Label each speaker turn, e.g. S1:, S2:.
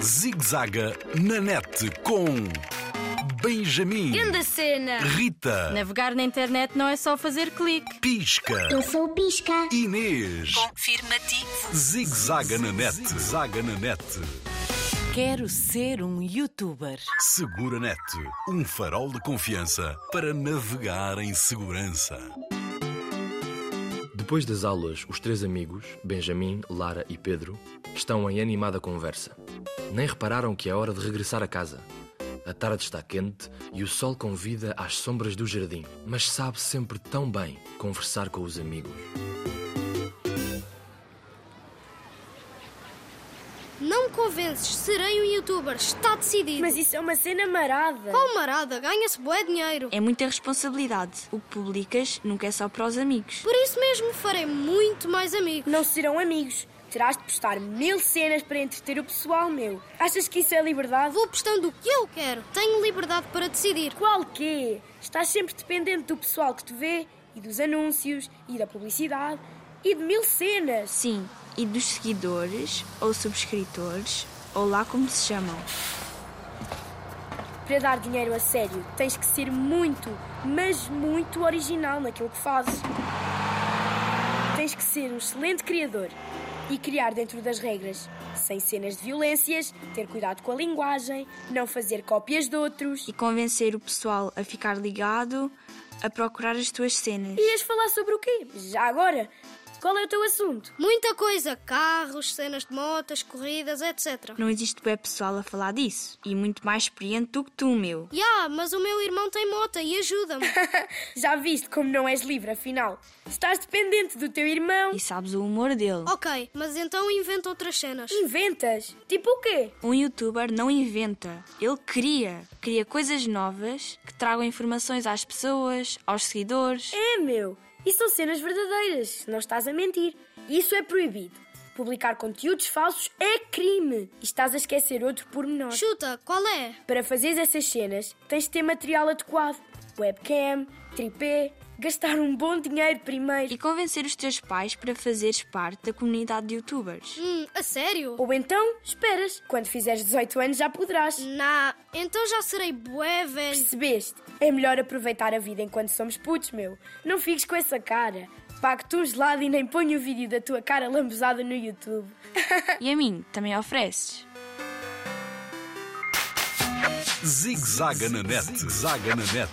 S1: Zigzaga na net com Benjamin,
S2: Grande cena!
S1: Rita,
S3: Navegar na internet não é só fazer clique.
S1: Pisca,
S4: Eu sou o Pisca.
S1: Inês.
S5: Confirmativo.
S1: Zigzaga na net, zaga na net.
S5: Quero ser um youtuber.
S1: Segura Net, um farol de confiança para navegar em segurança.
S6: Depois das aulas, os três amigos, Benjamin, Lara e Pedro, estão em animada conversa. Nem repararam que é hora de regressar a casa. A tarde está quente e o sol convida às sombras do jardim, mas sabe sempre tão bem conversar com os amigos.
S2: Não me convences, serei um youtuber, está decidido.
S7: Mas isso é uma cena marada.
S2: Qual marada, ganha-se bué dinheiro.
S8: É muita responsabilidade. O que publicas nunca é só para os amigos.
S2: Por isso mesmo farei muito mais amigos.
S7: Não serão amigos. Terás de postar mil cenas para entreter o pessoal meu. Achas que isso é liberdade?
S2: Vou postando o que eu quero, tenho liberdade para decidir.
S7: Qual quê? Estás sempre dependente do pessoal que te vê e dos anúncios e da publicidade e de mil cenas.
S8: Sim, e dos seguidores, ou subscritores, ou lá como se chamam.
S7: Para dar dinheiro a sério, tens que ser muito, mas muito original naquilo que fazes. Tens que ser um excelente criador e criar dentro das regras, sem cenas de violências, ter cuidado com a linguagem, não fazer cópias de outros.
S8: E convencer o pessoal a ficar ligado, a procurar as tuas cenas.
S7: Ias falar sobre o quê? Já agora? Qual é o teu assunto?
S2: Muita coisa, carros, cenas de motas, corridas, etc.
S8: Não existe web pessoal a falar disso. E muito mais experiente do que tu, meu.
S2: Ya, mas o meu irmão tem mota e ajuda-me.
S7: Já viste como não és livre, afinal? Estás dependente do teu irmão.
S8: E sabes o humor dele.
S2: ok, mas então inventa outras cenas.
S7: Inventas? Tipo o quê?
S8: Um youtuber não inventa, ele cria. Cria coisas novas que tragam informações às pessoas, aos seguidores.
S7: É, meu. E são cenas verdadeiras, se não estás a mentir. Isso é proibido. Publicar conteúdos falsos é crime. E estás a esquecer outro pormenor.
S2: Chuta, qual é?
S7: Para fazeres essas cenas, tens de ter material adequado. Webcam, tripé, gastar um bom dinheiro primeiro.
S8: E convencer os teus pais para fazeres parte da comunidade de youtubers.
S2: Hum, a sério?
S7: Ou então, esperas. Quando fizeres 18 anos já poderás.
S2: Nah, então já serei bué velho.
S7: Percebeste? É melhor aproveitar a vida enquanto somos putos, meu. Não fiques com essa cara. Pago-te um gelado e nem ponho o vídeo da tua cara lambuzada no YouTube.
S8: E a mim, também ofereces.
S1: Zigzaga na net, zaga na net.